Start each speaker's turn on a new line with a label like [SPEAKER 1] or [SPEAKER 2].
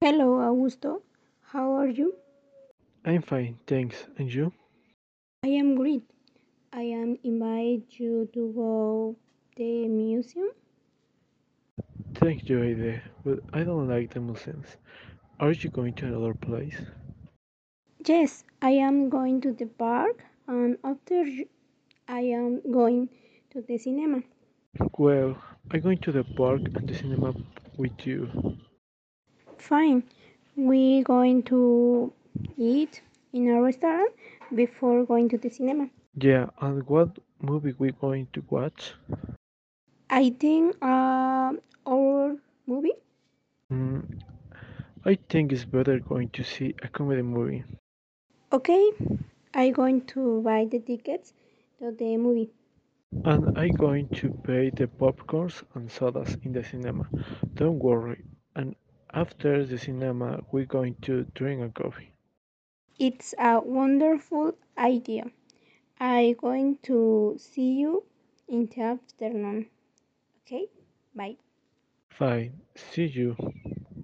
[SPEAKER 1] Hello, Augusto. How are you?
[SPEAKER 2] I'm fine, thanks. And you?
[SPEAKER 1] I am great. I am invite you to go the museum.
[SPEAKER 2] Thank you, Aide, but I don't like the Muslims. Are you going to another place?
[SPEAKER 1] Yes, I am going to the park, and after y- I am going to the cinema.
[SPEAKER 2] Well, I'm going to the park and the cinema with you.
[SPEAKER 1] Fine. We going to eat in a restaurant before going to the cinema.
[SPEAKER 2] Yeah, and what movie we going to watch?
[SPEAKER 1] I think uh, our movie.
[SPEAKER 2] Mm, I think it's better going to see a comedy movie.
[SPEAKER 1] Okay, I going to buy the tickets to the movie.
[SPEAKER 2] And I'm going to pay the popcorns and sodas in the cinema. Don't worry. And after the cinema, we're going to drink a coffee.
[SPEAKER 1] It's a wonderful idea. I going to see you in the afternoon. Okay? Bye.
[SPEAKER 2] Fine. See you.